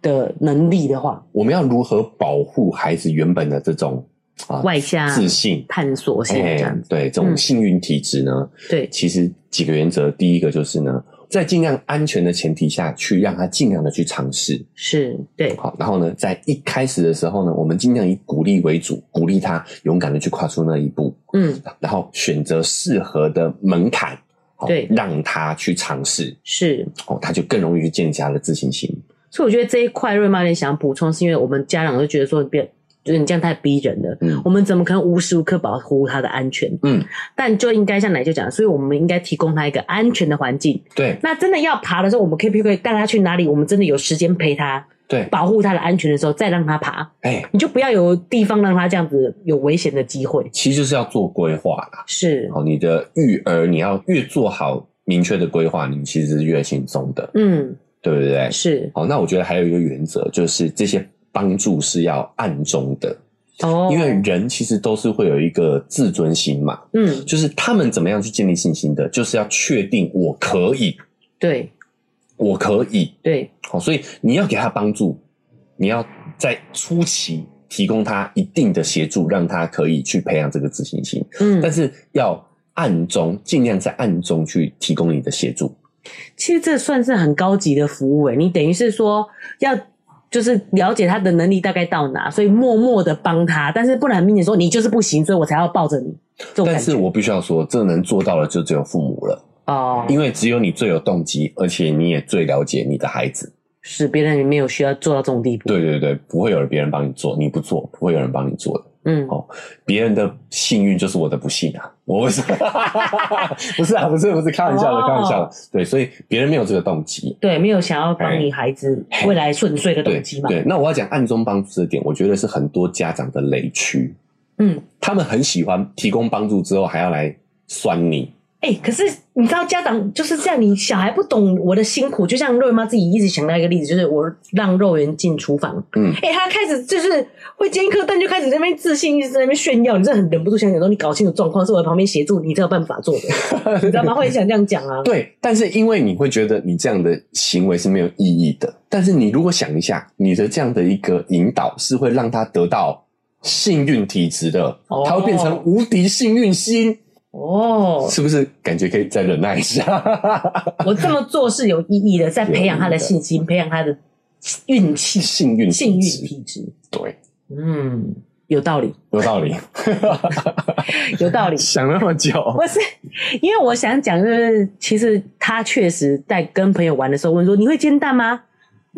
的能力的话，我们要如何保护孩子原本的这种啊、外向自啊信？哎探索性这样子，对这种嗯幸运体质呢，对，其实几个原则，第一个就是呢，在尽量安全的前提下去让他尽量的去尝试，是，对，好，然后呢，在一开始的时候呢，我们尽量以鼓励为主，鼓励他勇敢的去跨出那一步，嗯，然后选择适合的门槛，好对让他去尝试，是。哦，他就更容易去建立他的自信心。嗯我们怎么可能无时无刻保护他的安全？嗯，但就应该像奶就讲，所以我们应该提供他一个安全的环境。对那真的要爬的时候，我们可以不可以带他去哪里？我们真的有时间陪他，对，保护他的安全的时候，再让他爬。哎、你就不要有地方让他这样子有危险的机会。其实就是要做规划啦。是，好，你的育儿你要越做好明确的规划，你其实是越轻松的，嗯，对不对？是好，哦那我觉得还有一个原则就是这些帮助是要暗中的，哦，因为人其实都是会有一个自尊心嘛，嗯，就是他们怎么样去建立信心的，就是要确定我可以，对我可以。对，好，所以你要给他帮助，你要在初期提供他一定的协助，让他可以去培养这个自信心，嗯但，是要暗中尽量在暗中去提供你的协助。其实这算是很高级的服务诶，你等于是说要就是了解他的能力大概到哪，所以默默的帮他，但是不能很明显说你就是不行，所以我才要抱着你这种但感是觉我必须要说，这能做到的就只有父母了，哦，因为只有你最有动机，而且你也最了解你的孩子。是别人也没有需要做到这种地步，对对对，不会有人别人帮你做，你不做，不会有人帮你做的。嗯哦别人的幸运就是我的不幸啊。 我为什么？不是啊，不是，不是，开玩笑的，开玩笑哦的。对，所以别人没有这个动机。对，没有想要帮你孩子未来顺遂的哎对动机嘛？对，那我要讲暗中帮助这点，我觉得是很多家长的雷区。嗯，他们很喜欢提供帮助之后还要来酸你。哎、可是你知道家长就是这样，你小孩不懂我的辛苦，就像肉圆妈自己一直想到一个例子，就是我让肉圆进厨房，嗯哎、他开始就是会煎一颗蛋，就开始在那边自信，一直在那边炫耀，你真的很忍不住想讲说，你搞清楚状况，是我在旁边协助你才有办法做的， 你知道吗？会想这样讲啊，对，但是因为你会觉得你这样的行为是没有意义的，但是你如果想一下，你的这样的一个引导是会让他得到幸运体质的，哦他会变成无敌幸运星，哦，是不是？感觉可以再忍耐一下， 我这么做是有意义的，在培养他的信心，培养他的运气、幸运幸体运质，体质。对，嗯，有道理，有道理。有道理。想那么 久，不是，因为我想讲，就是其实他确实在跟朋友玩的时候问说：“你会煎蛋吗？”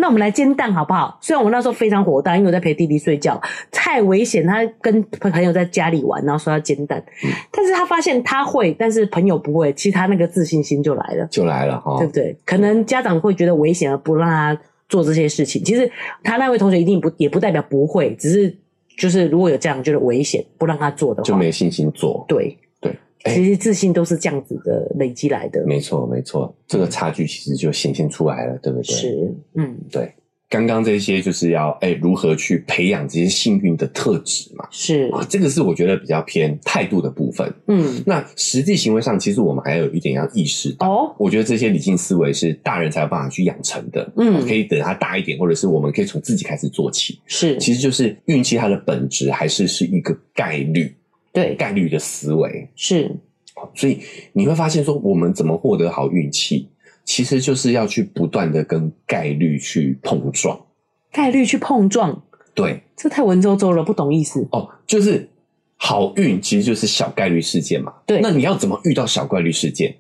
那我们来煎蛋好不好？虽然我那时候非常火大，因为我在陪弟弟睡觉，太危险。他跟朋友在家里玩，然后说要煎蛋，但是他发现他会，但是朋友不会，其实他那个自信心就来了。就来了哈对。不对？可能家长会觉得危险而不让他做这些事情。其实他那位同学一定不也不代表不会，只是就是如果有家长觉得危险不让他做的就话，没信心做，对对哎其实自信都是这样子的累积来的。没错没错，这个差距其实就显现出来了，对不对？是，嗯，刚刚这些就是要哎、如何去培养这些幸运的特质嘛？是，啊，这个是我觉得比较偏态度的部分。嗯，那实际行为上，其实我们还有一点要意识到。哦，我觉得这些理性思维是大人才有办法去养成的，嗯可以等他大一点，或者是我们可以从自己开始做起。是，其实就是运气，它的本质还是是一个概率，对，概率的思维。是，所以你会发现说，我们怎么获得好运气，其实就是要去不断的跟概率去碰撞。概率去碰撞，对，这太文绉绉了，不懂意思。哦，就是好运其实就是小概率事件嘛。对那你要怎么遇到小概率事件？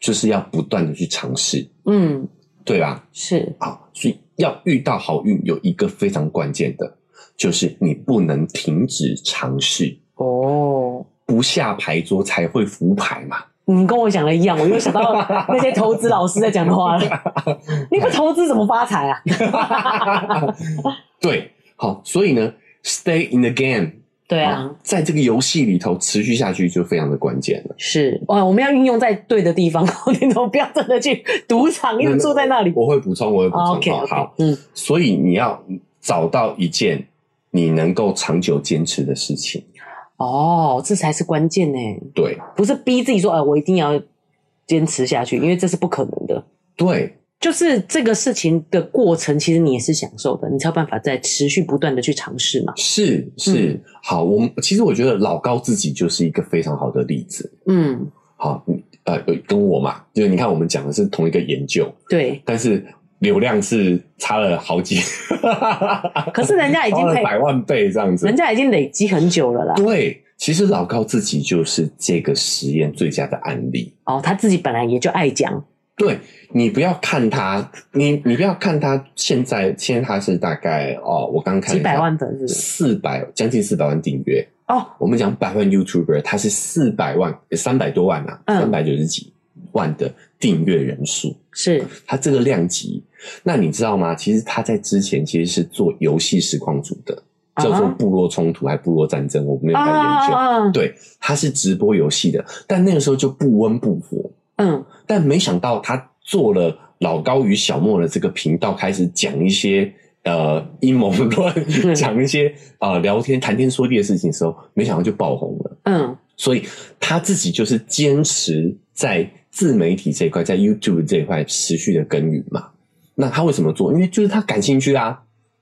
就是要不断的去尝试，嗯，对吧？是，好，所以要遇到好运，有一个非常关键的，就是你不能停止尝试，哦。不下牌桌才会浮牌嘛。你跟我讲的一样，我又想到那些投资老师在讲的话了。你不投资怎么发财啊？对，好，所以呢，stay in the game，对啊，好在这个游戏里头持续下去就非常的关键了。是，哇，我们要运用在对的地方， 你都不要真的去赌场，一直坐在那里。我会补充，我会补充。 OK，好好，嗯，所以你要找到一件你能够长久坚持的事情。哦，这才是关键呢，对不是逼自己说，哎、我一定要坚持下去，因为这是不可能的。对，就是这个事情的过程，其实你也是享受的，你才有办法在持续不断的去尝试嘛。是是、嗯好。我们其实我觉得老高自己就是一个非常好的例子。嗯，好，你呃，有跟我嘛，就是你看我们讲的是同一个研究，对。但是流量是差了好几，可是人家已经 差了配，百万倍这样子人。家已经累积很久了啦。对，其实老高自己就是这个实验最佳的案例。哦，他自己本来也就爱讲，对你不要看他，你你不要看他现在，现在他是大概哦，我刚看几百万粉是不是？四百将近四百万订阅哦。我们讲百万 YouTuber，他是四百万三百多万啊，嗯三百九十几万的订阅人数，是他这个量级，那你知道吗？其实他在之前其实是做游戏实况组的，叫做啊哈部落冲突还部落战争，我没有啊在研究。啊啊！对，他是直播游戏的，但那个时候就不温不火。嗯，但没想到他做了老高与小莫的这个频道，开始讲一些呃阴谋嗯论，讲一些呃聊天谈天说地的事情的时候，没想到就爆红了。嗯，所以他自己就是坚持在自媒体这一块，在 YouTube 这一块持续的耕耘嘛。那他为什么做？因为就是他感兴趣啊。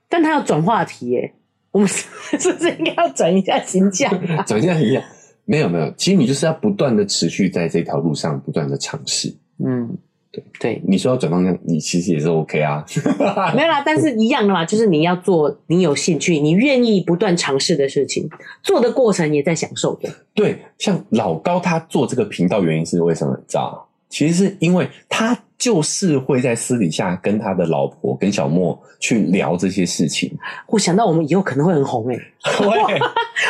但他要转话题耶，我们是是不是应该要转一下形象啊？怎么样一样？没有没有，其实你就是要不断的持续在这条路上不断的尝试。嗯，对对，你说要转方向，你其实也是 OK 啊。 没有啦，但是一样的嘛，就是你要做你有兴趣、你愿意不断尝试的事情，做的过程也在享受的。对，像老高他做这个频道原因是为什么？你知道吗？其实是因为他就是会在私底下跟他的老婆跟小莫去聊这些事情。我想到我们以后可能会很红哎、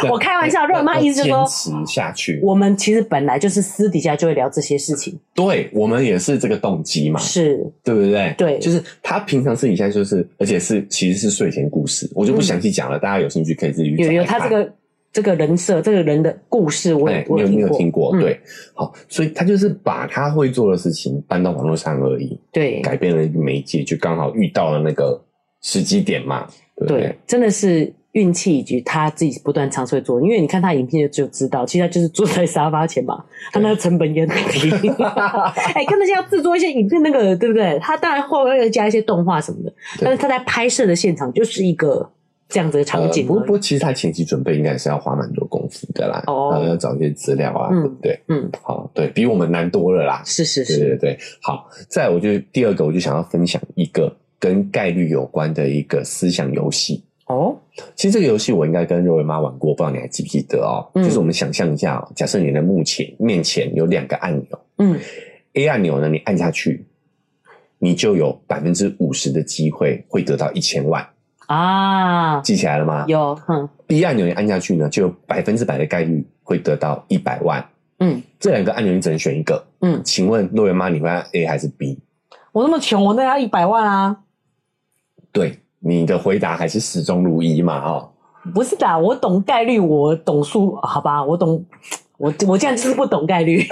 对我开玩笑肉妈意思就说要坚持下去。我们其实本来就是私底下就会聊这些事情，对我们也是这个动机嘛，是对不对？对就是他平常私底下就是，而且是其实是睡前故事，我就不详细讲了，大家有兴趣可以自己去找有有来他看这个这个人设，这个人的故事，我哎也，你我有你有听听过？嗯对，好，所以他就是把他会做的事情搬到网络上而已，对改变了一个媒介，就刚好遇到了那个时机点嘛，对不对？对，真的是运气以及他自己不断尝试会做，因为你看他影片就就知道，其实他就是坐在沙发前嘛，他那个成本也很低。 哎、跟那些要制作一些影片那个，对不对？他当然后面要加一些动画什么的，对但是他在拍摄的现场就是一个这样子的场景呃。而已、不过不过，其实他前期准备应该也是要花蛮多功夫的啦，呃哦然后要找一些资料啊，嗯对不对？嗯，好，对比我们难多了啦。是是对是，对对，好。再来我就第二个，我就想要分享一个跟概率有关的一个思想游戏。哦，其实这个游戏我应该跟肉圆妈玩过，不知道你还记不记得哦？嗯就是我们想象一下、哦，假设你的目前面前有两个按钮嗯， ，A 按钮呢，你按下去，你就有百分之五十的机会会得到一千万，啊，记起来了吗？有，哼、 B 按钮你按下去呢，就有百分之百的概率会得到一百万。嗯，这两个按钮你只能选一个。嗯请问肉圆妈，你会按 A 还是 B？我那么穷，我那要一百万啊！对，你的回答还是始终如一嘛？ 哦，不是的，啊我懂概率，我懂数，好吧，我懂，我我这样就是不懂概率。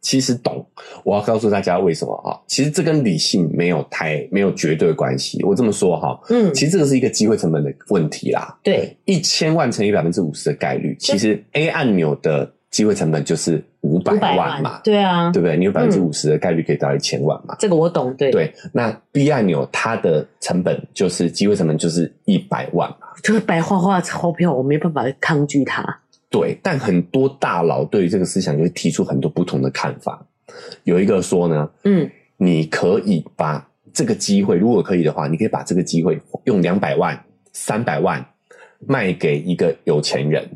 其实懂，我要告诉大家为什么啊、哦？其实这跟理性没有太没有绝对关系。我这么说哈、嗯，其实这个是一个机会成本的问题啦。对，一千万乘以百分之五十的概率，其实 A 按钮的机会成本就是五百五百万嘛万，，对啊，对不对？你有百分之五十的概率可以得到一千万嘛？这个我懂，对对，那 B 按钮它的成本就是机会成本就是一百万嘛。就是白花花的钞票，我没办法抗拒它。对，但很多大佬对于这个思想就会提出很多不同的看法。有一个说呢，嗯，你可以把这个机会，如果可以的话，你可以把这个机会用两百万、三百万卖给一个有钱人。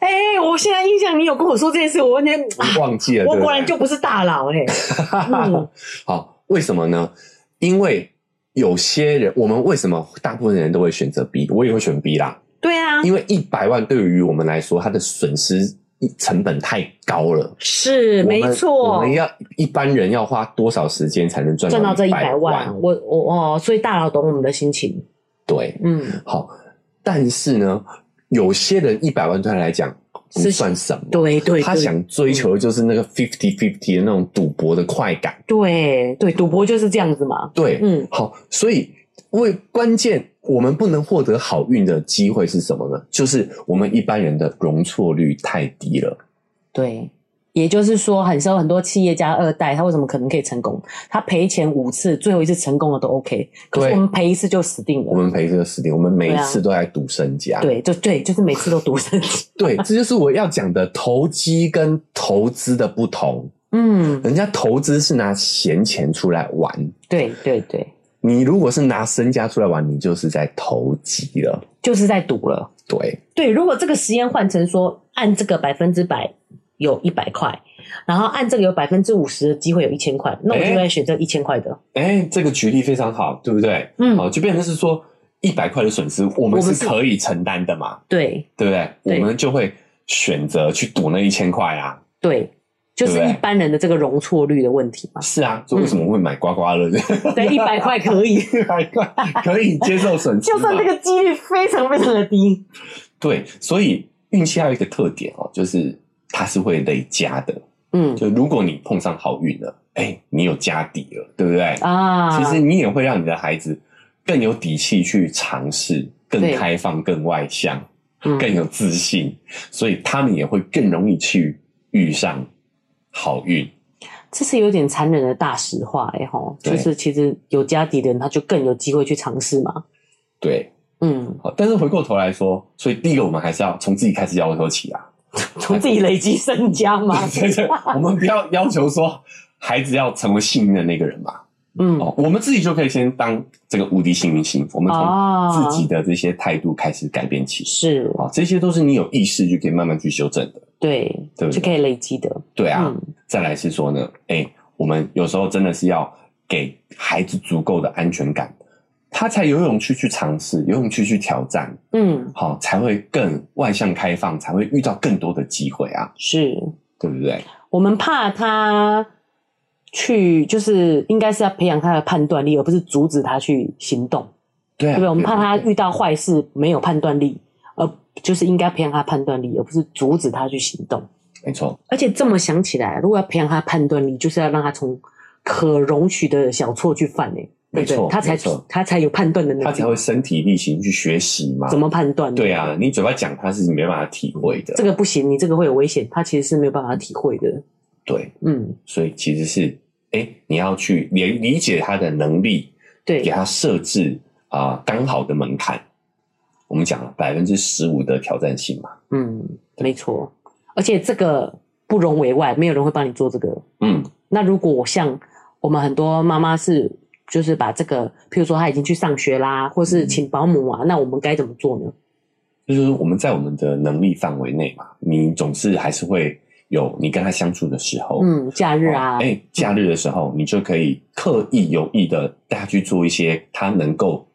哎、我现在印象你有跟我说这件事，我完全，啊你忘记了，我对不果然对就不是大 佬哎、嗯好，为什么呢？因为有些人，我们为什么大部分人都会选择 B？我也会选 B 啦。对啊，因为一百万对于我们来说，它的损失成本太高了。是没我错们，要一般人要花多少时间才能赚赚到这一百百万，我我哦，所以大佬懂我们的心情，对，嗯，好，但是呢，有些人一百万对他来讲不是算什么，对对他对嗯想追求的就是那个 fifty fifty 的那种赌博的快感。对对，赌博就是这样子嘛，对，嗯，好，所以为关键，我们不能获得好运的机会是什么呢？就是我们一般人的容错率太低了。对。也就是说，很多很多企业家二代，他为什么可能可以成功？他赔钱五次，最后一次成功了都 OK，可是对我们赔一次就死定我了。们赔这个死定，我们每一对啊次都在赌身家。对，就对，就是每次都独生子。 对，这就是我要讲的投机跟投资的不同。嗯，人家投资是拿闲钱出来玩，对对对，你如果是拿身家出来玩，你就是在投机了。就是在赌了。对，对，如果这个实验换成说，按这个百分之百有一百块，然后按这个有百分之五十的机会有一千块，那我就哎会选择一千块的。哎，这个举例非常好，对不对？嗯好，就变成是说一百块的损失，我我们们是是可以承担的嘛，对对不对？对我们就会选择去赌那一千块啊。对，就是对不一对般人的这个容错率的问 题嘛。是啊，所以嗯为什么会买刮刮乐？ 对，一百块可以，一百块可以接受损失就嘛，算这个几率非常非常的低。对，所以运气还有一个特点哦，就是它是会累加的。嗯就如果你碰上好运了，哎、你有家底了，对不对？啊，其实你也会让你的孩子更有底气去尝试，更对开放、更外向、嗯更有自信，所以他们也会更容易去遇上好运。这是有点残忍的大实话哎吼，对就是其实有家底的人他就更有机会去尝试嘛。对，嗯，好，但是回过头来说，所以第一个我们还是要从自己开始要求起啊。从自己累积身家嘛。 对对，我们不要要求说孩子要成为幸运的那个人嘛。嗯，哦，我们自己就可以先当这个无敌幸运星，我们从哦自己的这些态度开始改变起。哦是啊、这些都是你有意识就可以慢慢去修正的。对，对不对就可以累积的。对啊，嗯再来是说呢，哎、我们有时候真的是要给孩子足够的安全感，他才有勇气去尝试，有勇气去挑战，嗯，好、才会更外向开放，才会遇到更多的机会啊，是对不对？我们怕他去，就是应该是要培养他的判断力，而不是阻止他去行动，对啊，对不对？我们怕他对遇到坏事没有判断力，而就是应该培养他判断力，而不是阻止他去行动。没错，而且这么想起来，如果要培养他判断力，就是要让他从可容许的小错去犯诶、对没不对？错，他才没错他才有判断的能力，他才会身体力行去学习嘛。怎么判断？对啊，，你嘴巴讲他是没办法体会的。这个不行，你这个会有危险，他其实是没有办法体会的。对，嗯，所以其实是哎、你要去理理解他的能力，对给，他设置啊、刚好的门槛。我们讲了百分之十五的挑战性嘛，嗯，没错。而且这个不容为外，没有人会帮你做这个。嗯，那如果像我们很多妈妈是，就是把这个，譬如说她已经去上学啦，或嗯是请保姆啊，那我们该怎么做呢？就是我们在我们的能力范围内嘛，你总是还是会有你跟他相处的时候，嗯，假日啊哎、，假日的时候你就可以刻意有意的带他去做一些他能够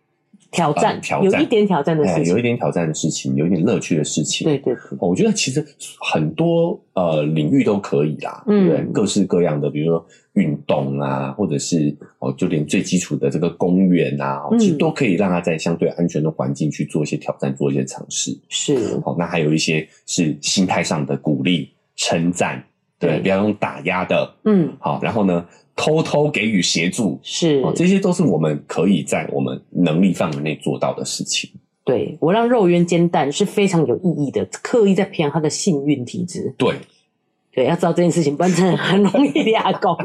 挑呃战，挑有战一点挑战的哎、事有情。一点挑战的事情，有一点乐趣的事情，对对对，哦我觉得其实很多呃领域都可以啦，嗯对不对，各式各样的，比如说运动啊，或者是哦，就连最基础的这个公园啊，哦嗯其实都可以让他在相对安全的环境去做一些挑战，做一些尝试。是，好、那还有一些是心态上的鼓励、称赞，对，对不要用打压的。嗯，好、然后呢，偷偷给予协助，是。哦，这些都是我们可以在我们能力范围内做到的事情。对我让肉圆煎蛋是非常有意义的，刻意在培养他的幸运体质。对，对，要知道这件事情，不然真的很容易俩工。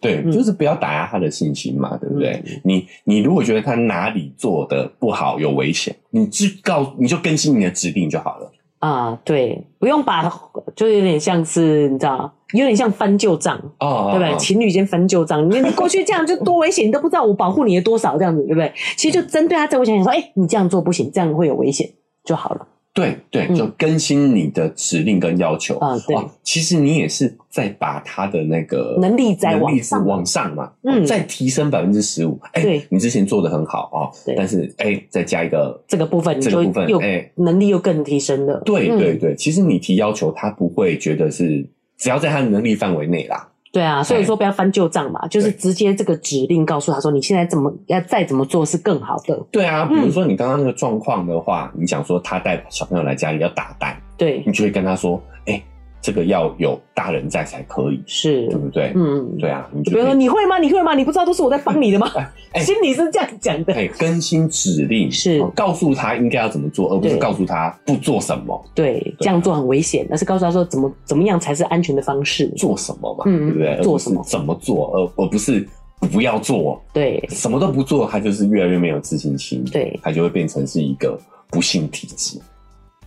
对，嗯就是不要打压他的信心嘛，对不对？嗯你你如果觉得他哪里做的不好，有危险，你只告你就更新你的指令就好了。 啊，对，不用把，就有点像是你知道，有点像翻旧账，哦，对不对？哦情侣间翻旧账，你你过去这样就多危险，你都不知道我保护你的多少这样子，对不嗯对？其实就针对他这个危险，说，哎，你这样做不行，这样会有危险就好了。对对，嗯就更新你的指令跟要求。啊，对，哇，其实你也是在把他的那个能力再能往力是上往上嘛，嗯哦再提升百分之十五。哎对，你之前做的很好哦对，但是哎，再加一个这个部分你这就个部分又哎能力又更提升了。对嗯对对，其实你提要求，他不会觉得是只要在他的能力范围内啦。对啊，所以说不要翻旧账嘛，就是对直接这个指令告诉他说，你现在怎么要再怎么做是更好的。对啊，比如嗯说你刚刚那个状况的话，你讲说他带小朋友来家里要打蛋，对，你就会跟他说，哎、这个要有大人在才可以，是对，不对？嗯，对啊，你就就比如可说以你会吗？你会吗？你不知道都是我在帮你的吗？哎心里是这样讲的。哎、更新指令是哦告诉他应该要怎么做，而不是对告诉他不做什么，对，这样做很危险，而是告诉他说怎么怎么样才是安全的方式。做什么嘛，嗯对不对？而做不是什么怎么做，而而不是不要做，对什么都不做，他就是越来越没有自信心，对，他就会变成是一个不幸体质。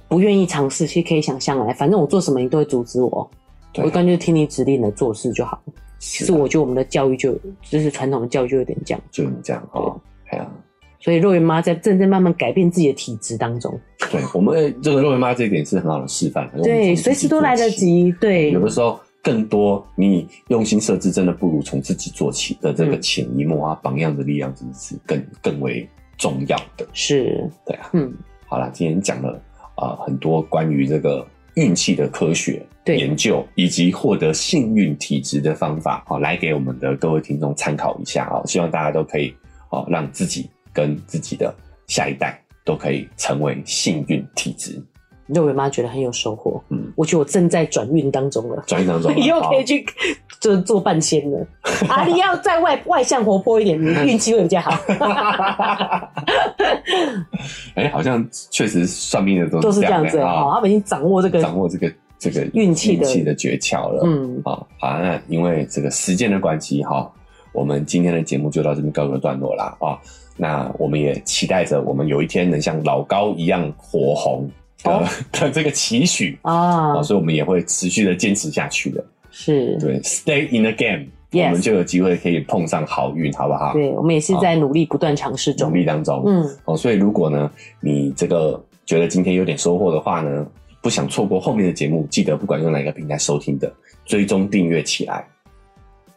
不愿意尝试，其实可以想象来，反正我做什么你都会阻止我，对啊我干脆听你指令的做事就好。其是实啊我觉得我们的教育就就是传统的教育就有点这样，就你这样哦，哎呀、所以肉圆妈在正在慢慢改变自己的体质当中。对我们呃这个肉圆妈这一点是很好的示范，对，随时都来得。及。对有，的时候更多，你用心设置，真的不如从自己做起的这个嗯潜移默化榜样的力量，真的是更更为重要的。是，对啊，嗯，好啦，今天讲了啊、呃很多关于这个运气的科学对研究，以及获得幸运体质的方法，好、来给我们的各位听众参考一下啊、希望大家都可以哦，让自己跟自己的下一代都可以成为幸运体质。肉圆妈觉得很有收获。嗯我觉得我正在转运当中了。转运当 中啊，以后可以好去就是做半仙 了。啊，你要再外外向活泼一点， 你运气会比较好。哎、好像确实算命的都都是是这这样样子的好，他们已经掌握这个，掌握这个这个运气的诀窍了。嗯，好，好，那因为这个时间的关系哈，我们今天的节目就到这边告一个段落啦啊、那我们也期待着我们有一天能像老高一样火红的、哦 的这个期许啊、啊，所以我们也会持续的坚持下去的。是，对，Stay in the game，、嗯 Yes 我们就有机会可以碰上好运，好不好？对，我们也是在努力不断尝试努中。力当中，嗯，哦，所以如果呢，你这个觉得今天有点收获的话呢，不想错过后面的节目，记得不管用哪个平台收听的，追踪订阅起来。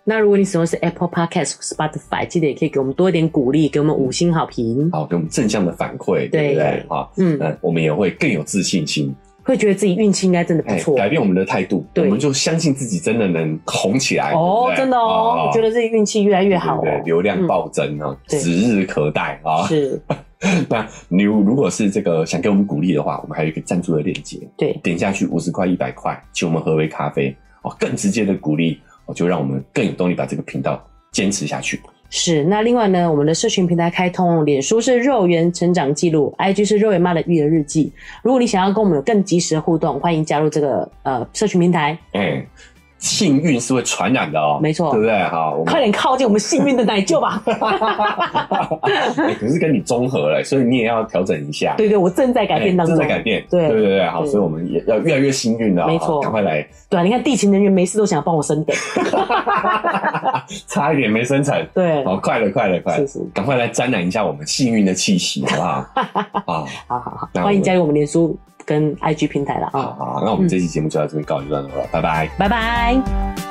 那如果你使用的是 Apple Podcast、Spotify，记得也可以给我们多一点鼓励，给我们五星好评。好，给我们正向的反馈，对对不对？好，嗯，那我们也会更有自信心，会觉得自己运气应该真的不哎，错改变我们的态度，我对们就相信自己真的能红起来。哦对不，对真的哦，我觉得自己运气越来越好对对哦对。流量暴增啊，对指日可待啊。是， 那你如果是这个想给我们鼓励的话，我们还有一个赞助的链接，对点下去五十块、一百块，请我们喝杯咖啡哦，更直接的鼓励哦，就让我们更有动力把这个频道坚持下去。是，那另外呢，我们的社群平台开通，脸书是肉圆成长记录，IG 是肉圆妈的育儿日记。如果你想要跟我们有更及时的互动，欢迎加入这个呃社群平台，哎、幸运是会传染的哦，没错对不对？好，我们快点靠近我们幸运的奶舅 吧。哎可是跟你综合了，所以你也要调整一下。对对，我正在改变当哎中。正在改变，对对对对，好，对所以我们也要越来越幸运了，没错好赶快来，对啊，你看地勤人员没事都想帮我升等。差一点没生成，对，好，快了，快了，快了是是，赶快来沾染一下我们幸运的气息，好 不好？啊，好好好，那我们欢迎加入我们脸书跟 IG 平台了啊，好，那我们这期节目就到这边告一段落了，拜拜。拜拜。